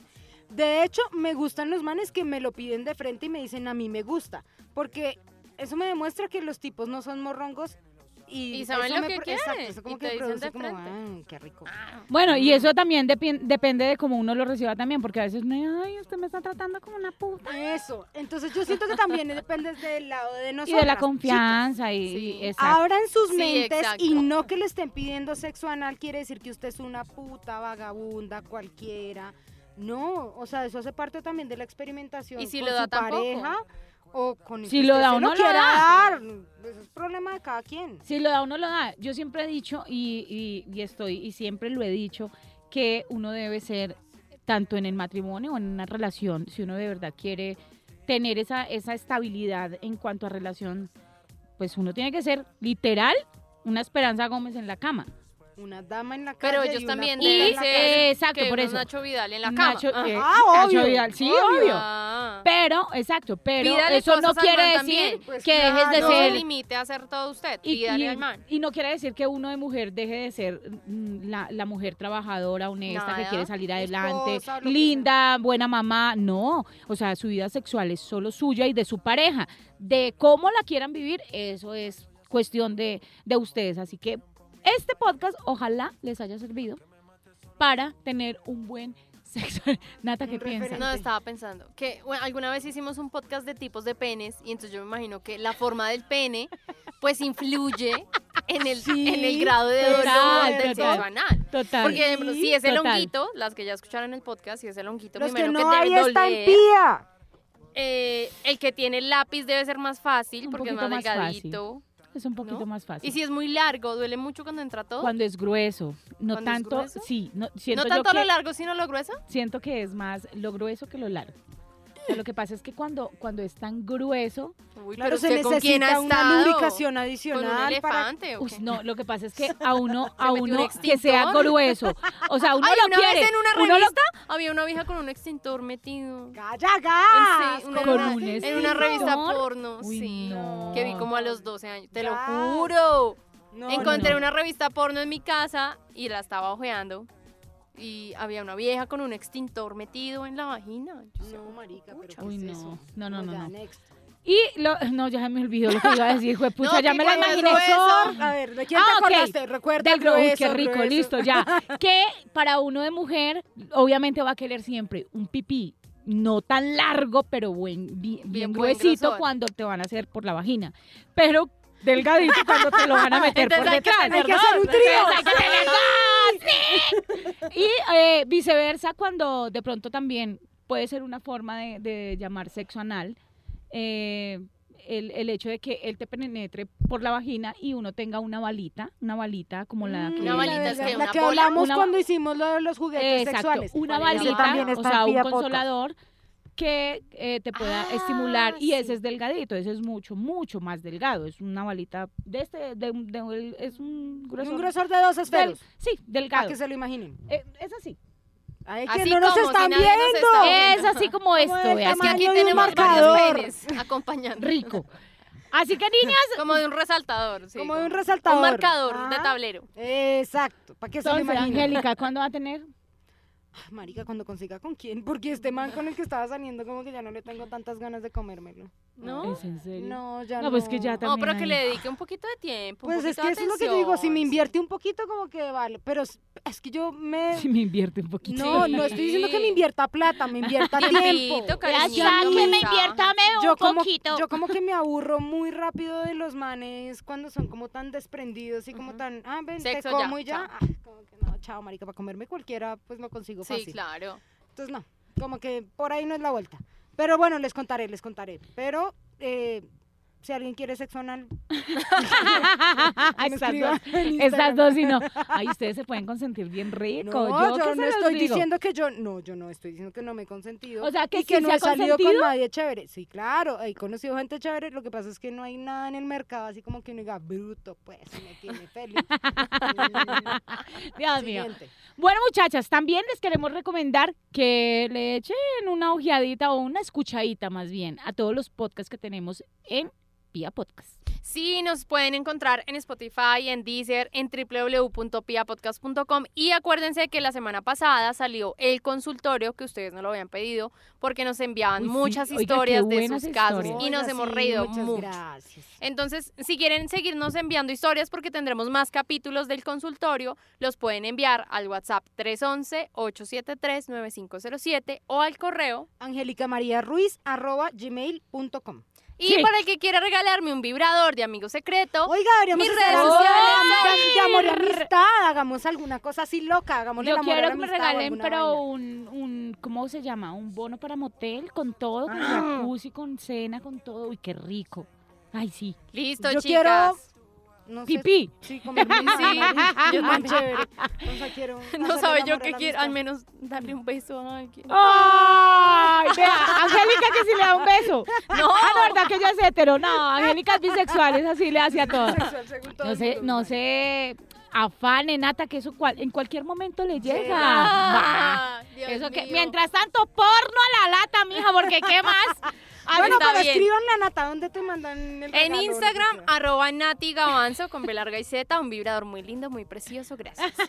E: De hecho, me gustan los manes que me lo piden de frente y me dicen a mí me gusta, porque eso me demuestra que los tipos no son morrongos y,
D: Y saben
E: eso
D: lo
E: me
D: que
E: pro-
D: quieren,
E: Exacto, eso como
D: y
E: que
D: te dicen
E: produce
D: de
E: como,
D: frente.
E: "Ah, qué rico.
C: Bueno, y eso también depi- depende de cómo uno lo reciba también, porque a veces, ay, usted me está tratando como una puta.
E: Eso, entonces yo siento que también depende del lado de
C: Y
E: nosotros.
C: de la confianza y,
D: Sí.
C: y- exacto.
E: Abran sus
D: Sí,
E: mentes y
D: exacto.
E: no que le estén pidiendo sexo anal quiere decir que usted es una puta vagabunda cualquiera. No, o sea, eso hace parte también de la experimentación
D: Y si
E: con
D: lo da
E: su
D: tampoco.
E: pareja o con el
C: Si
E: que
C: lo
E: usted
C: da
E: se
C: o no lo
E: quiera
C: da.
E: dar. Eso es problema de cada quien.
C: Si lo da, uno lo da. Yo siempre he dicho y, y- y estoy y siempre lo he dicho que uno debe ser tanto en el matrimonio o en una relación, si uno de verdad quiere tener esa, esa estabilidad en cuanto a relación, pues uno tiene que ser literal una Esperanza Gómez en la cama.
E: Una dama en la calle.
D: Pero
E: y
D: ellos
E: una
D: también
E: puta en
D: deben
E: la
D: ser
E: calle.
C: Eh, exacto,
D: que
C: por
D: uno es
C: eso.
D: Nacho Vidal en la cama.
C: Nacho-
D: Ajá.
C: eh,
E: Ah,
C: Nacho
E: obvio,
C: Vidal, sí,
E: obvio.
C: obvio.
D: Ah.
C: Pero, exacto, pero
D: Pídale
C: eso no
D: cosas al
C: quiere
D: man
C: decir
D: también.
E: Pues
C: que dejes de
E: claro.
D: Ah, no
C: ser...
D: se limite a hacer todo usted.
C: Y,
D: Pídale
C: y-
D: al man.
C: y no quiere decir que uno de mujer deje de ser mm, la, la mujer trabajadora, honesta, que
D: Nada.
C: quiere salir adelante,
E: Esposa, lo que
C: linda, buena mamá. No, o sea, su vida sexual es solo suya y de su pareja. De cómo la quieran vivir, eso es cuestión de, de ustedes. Así que este podcast ojalá les haya servido para tener un buen sexo. Nata, ¿qué
E: Un
C: piensas?
E: referente.
D: No, estaba pensando que bueno, alguna vez hicimos un podcast de tipos de penes y entonces yo me imagino que la forma del pene pues influye en el,
E: Sí,
D: en el grado de dolor
C: total,
D: del
C: total.
D: sexo anal.
C: Total.
D: Porque, por ejemplo, si es el
C: total.
D: honguito, las que ya escucharon el podcast, si es el honguito,
E: Los que
D: primero
E: no
D: que
E: hay
D: debe
E: están
D: doler,
E: pía.
D: eh, el que tiene lápiz debe ser más fácil
C: Un
D: porque es más
C: poquito más fácil.
D: delgadito.
C: es un poquito
D: ¿no?
C: más fácil.
D: Y si es muy largo, duele mucho cuando entra todo.
C: cuando es grueso, no
D: ¿Cuando es
C: tanto,
D: grueso?
C: sí, no,
D: no
C: siento yo
D: tanto
C: que-
D: lo largo, sino lo grueso.
C: siento que es más lo grueso que lo largo. O sea, lo que pasa es que cuando, cuando es tan grueso,
D: Uy,
E: Claro,
D: pero
E: se
D: usted con quién
E: necesita
D: ha
E: una
D: estado?
E: lubricación
D: ¿Con un
E: adicional para
D: elefante o
C: uy,
D: qué?
C: no, lo que pasa es que a uno, a
D: metió un
C: uno que sea
D: extintor.
C: grueso. O sea, uno
D: Ay,
C: lo
D: una
C: quiere.
D: vez en una
C: uno lo-
D: revista había una vieja con un extintor metido.
E: Calla,
D: En
E: gas.
D: sí, una-
C: con
D: una-
C: un
D: en una revista
C: extintor.
D: porno,
C: Uy,
D: sí.
C: no.
D: Que vi como a los 12 años. Te lo
E: Gas.
D: juro.
E: No,
D: Encontré
C: no.
D: una revista porno en mi casa y la estaba ojeando. Y había una vieja con un extintor metido en la vagina. Yo decía,
E: No, marica, pero
D: pucha.
E: ¿qué
C: Uy,
E: es
C: no.
E: eso?
C: No, no, no,
E: Ya,
C: no.
E: next.
C: Y lo, no, ya se me olvidó lo que iba a decir, juepucha,
D: No,
C: ya
D: que
C: me lo
D: cuando es
C: imaginé.
E: Gruesor, A ver, ¿de quién
C: Ah,
E: te
C: ok.
E: acordaste? Recuerda
C: Del gro- uy, qué
E: grueso,
C: rico,
E: grueso.
C: listo, ya. Que para uno de mujer, obviamente va a querer siempre un pipí no tan largo, pero buen, bien, bien
D: Bien buen
C: gruesito
D: grosor.
C: cuando te van a hacer por la vagina. Pero delgadito cuando te lo van a meter por
D: Entonces hay que
C: detrás.
D: tener
E: Hay que hacer un
D: dos.
E: trío.
D: Hay que tener dos.
C: Y eh, viceversa, cuando de pronto también puede ser una forma de, de llamar sexo anal, eh, el, el hecho de que él te penetre por la vagina y uno tenga una balita, una balita como la
E: Mm,
C: que...
D: Una balita es
E: la-
D: que
E: la
D: una
E: que
D: bola.
E: hablamos
C: Una-
E: cuando hicimos lo de los juguetes
C: Exacto,
E: sexuales.
C: una
E: Vale, eso también
C: balita, o
E: está
C: sea,
E: en
C: un
E: Pia Podcast.
C: consolador que eh, te pueda
D: Ah,
C: estimular y ese
D: sí.
C: es delgadito, ese es mucho, mucho más delgado, es una balita de este, de, un- de un- es un
E: Y
C: grosor.
E: Un grosor de dos
C: del-
E: esferos.
C: sí,
E: Para
C: delgado.
E: que se lo imaginen.
C: Eh, es así.
E: Ay,
D: Así
E: que no nos
D: como, si
E: están
D: nadie nos
E: viendo.
D: está viendo.
C: Es así como este esto,
E: del
C: vea,
D: Es que aquí
E: tamaño de un
D: tenemos varios
E: marcador.
D: penes acompañando.
C: rico. Así que niñas,
D: Como de un resaltador.
C: Eh,
D: sí,
E: Como de un resaltador. Ah.
D: Un marcador de
E: Ajá.
D: tablero.
E: Exacto, para que se lo
C: Entonces,
E: imaginen.
C: Angélica, ¿cuándo va a tener?
E: Ay, Marica, cuando consiga con quién, porque este man con el que estaba saliendo como que ya no le tengo tantas ganas de comérmelo.
D: ¿No?
C: ¿Es en serio?
E: No, ya no.
C: No, pues que ya
D: No, pero
C: también
D: que
C: hay-
D: le dedique un poquito de tiempo. un
E: Pues es
D: poquito
E: que
D: de
E: eso es lo que yo digo, si me
D: atención,
E: invierte un poquito como que vale, pero es es que yo me...
C: Si me invierte un poquito.
E: No, no estoy diciendo que me
D: Sí.
E: invierta plata, me invierta tiempo.
D: Tiempito,
E: Ya
D: cariñito,
E: está, que me
D: quizá.
E: Yo como, yo como que me aburro muy rápido de los manes cuando son como tan desprendidos y como
D: Ujú.
E: tan, ah, ven,
D: Sexo
E: te
D: ya,
E: como y ya.
D: chao.
E: Ah, como que no, chao, marica, para comerme cualquiera, pues no consigo fácil.
D: Sí, claro.
E: Entonces, no, como que por ahí no es la vuelta. Pero bueno, les contaré, les contaré. Pero eh, si alguien quiere sexo anal, me
C: estas,
E: escriba
C: dos,
E: en Instagram.
C: estas dos y no. Ay, ustedes se pueden consentir bien rico.
E: No,
C: yo,
E: yo,
C: que se
E: no
C: los
E: estoy
C: digo.
E: diciendo que yo, no, yo no estoy diciendo que no me he consentido.
C: O sea, que
E: y
C: sí
E: que
C: se
E: no
C: ha
E: he salido con
C: consentido.
E: nadie chévere. Sí, claro, he conocido gente chévere, lo que pasa es que no hay nada en el mercado así como que uno diga, bruto, pues, me tiene feliz.
C: Dios mío.
E: Siguiente.
C: Bueno, muchachas, también les queremos recomendar que le echen una ojeadita o una escuchadita más bien a todos los podcasts que tenemos en Pia Podcast.
D: Sí, nos pueden encontrar en Spotify, en Deezer, en www.piapodcast.com y acuérdense que la semana pasada salió el consultorio que ustedes no lo habían pedido porque nos enviaban
C: Uy, sí,
D: muchas
C: oiga, qué
D: historias de
C: buenas
D: sus casos
C: historias.
D: y nos
E: Oiga,
D: hemos
E: sí,
D: reído
E: muchas
D: mucho.
E: gracias.
D: Entonces, si quieren seguirnos enviando historias porque tendremos más capítulos del consultorio, los pueden enviar al WhatsApp 311-873-9507 o al correo.
E: Angélica María Ruiz, arroba gmail.com.
D: Y
C: Sí.
D: para el que quiera regalarme un vibrador de amigo secreto,
E: Oiga, deberíamos
D: Oh, Mis
E: hacer
D: redes
E: algo de
D: sociales.
E: am- de amor y amistad. Hagamos alguna cosa así loca. Hagamos
C: Yo
E: el amor y
C: quiero
E: la
C: que me
E: amistad o
C: regalen,
E: alguna
C: pero
E: vaina.
C: un, un, ¿cómo se llama? Un bono para motel, con todo, con
E: Ah.
C: jacuzzi, con cena, con todo. Uy, qué rico. Ay, sí.
D: listo,
E: Yo quiero-
D: chicas.
E: No sé,
C: Pipí.
E: Sí, comerme un
D: Sí,
E: maní,
D: yo
E: es
D: también.
E: más chévere. O sea, quiero
D: Ah, No
E: hacer
D: sabe
E: el
D: yo
E: amor y
D: qué
E: la
D: quiero, al
E: amistad.
D: menos darle un beso a alguien.
C: ¡Ay! Vea, Angélica que sí le da un beso.
D: No.
C: Ah, no, verdad que ella es hetero. No, Angélica es bisexual, es así, le hace a todo.
E: Sexual, según todo
C: No
E: el
C: sé,
E: mundo,
C: no
E: vale.
C: sé. Afane, Nata, que eso cual- en cualquier momento le llega. Va.
D: Ah, Dios
C: Eso que,
D: mío.
C: mientras tanto, porno a la lata, mija, porque ¿qué más? Ah,
E: Bueno,
D: está
E: pero
D: bien.
E: escriban la nata, ¿dónde te mandan el
D: En
E: regalo?
D: Instagram, Ah, arroba Nati Gavanzo con B larga y Z, un vibrador muy lindo, muy precioso, gracias.
E: A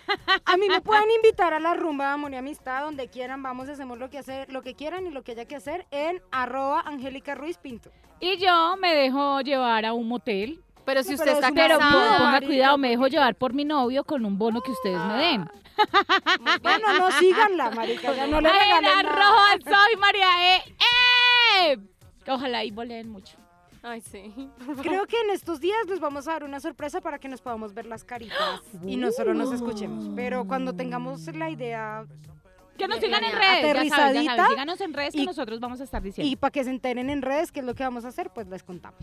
D: ah,
E: mí me pueden invitar a la rumba de amor y amistad, donde quieran, vamos, hacemos lo que hacer, lo que quieran y lo que haya que hacer en arroba Angélica Ruiz Pinto.
D: Ah,
C: Y yo me dejo llevar a un motel.
D: Pero si
E: No,
D: usted
E: pero
D: está
E: es una
C: Pero
E: Casado,
C: pues,
D: casado,
C: ponga
E: marica,
C: cuidado, me dejo llevar por mi novio con un bono que ustedes me den.
E: Ah,
D: ah,
E: Bueno, no síganla, marica, ya no le
C: Ay,
E: regalen
C: la
E: nada.
C: roja, soy María E. ¡Eh! Ojalá y volen mucho.
D: ay sí.
E: Creo que en estos días les vamos a dar una sorpresa para que nos podamos ver las caritas y no solo nos escuchemos, pero cuando tengamos la idea
C: Que nos
D: Bien,
C: sigan en
D: bien,
C: redes, ya saben, ya saben,
E: aterrizadita.
C: síganos en redes que
E: Y-
C: nosotros vamos a estar
E: y
C: diciendo.
E: para que se enteren en redes qué es lo que vamos a hacer, pues les contamos.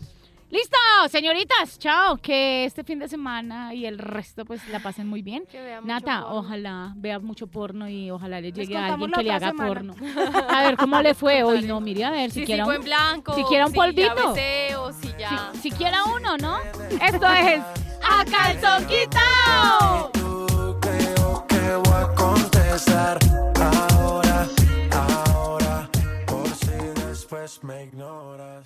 C: ¡Listo, señoritas! Chao, que este fin de semana y el resto pues la pasen muy bien.
D: Que vea mucho
C: Nata,
D: porno.
C: ojalá vea mucho porno y ojalá le
E: Les
C: llegue a
E: contamos
C: alguien
E: la
C: que le
E: otra
C: haga
E: semana.
C: porno. A ver cómo le fue hoy. No, mire, a ver,
D: Si
C: siquiera
D: sigo en
C: un-
D: blanco,
C: siquiera un
D: Si ya
C: polvito.
D: beseo, si ya...
C: si- siquiera uno, ¿no? Esto es A Calzón Quitao.
B: Tú creo que voy a contestar ahora, ahora, por si después me ignoras.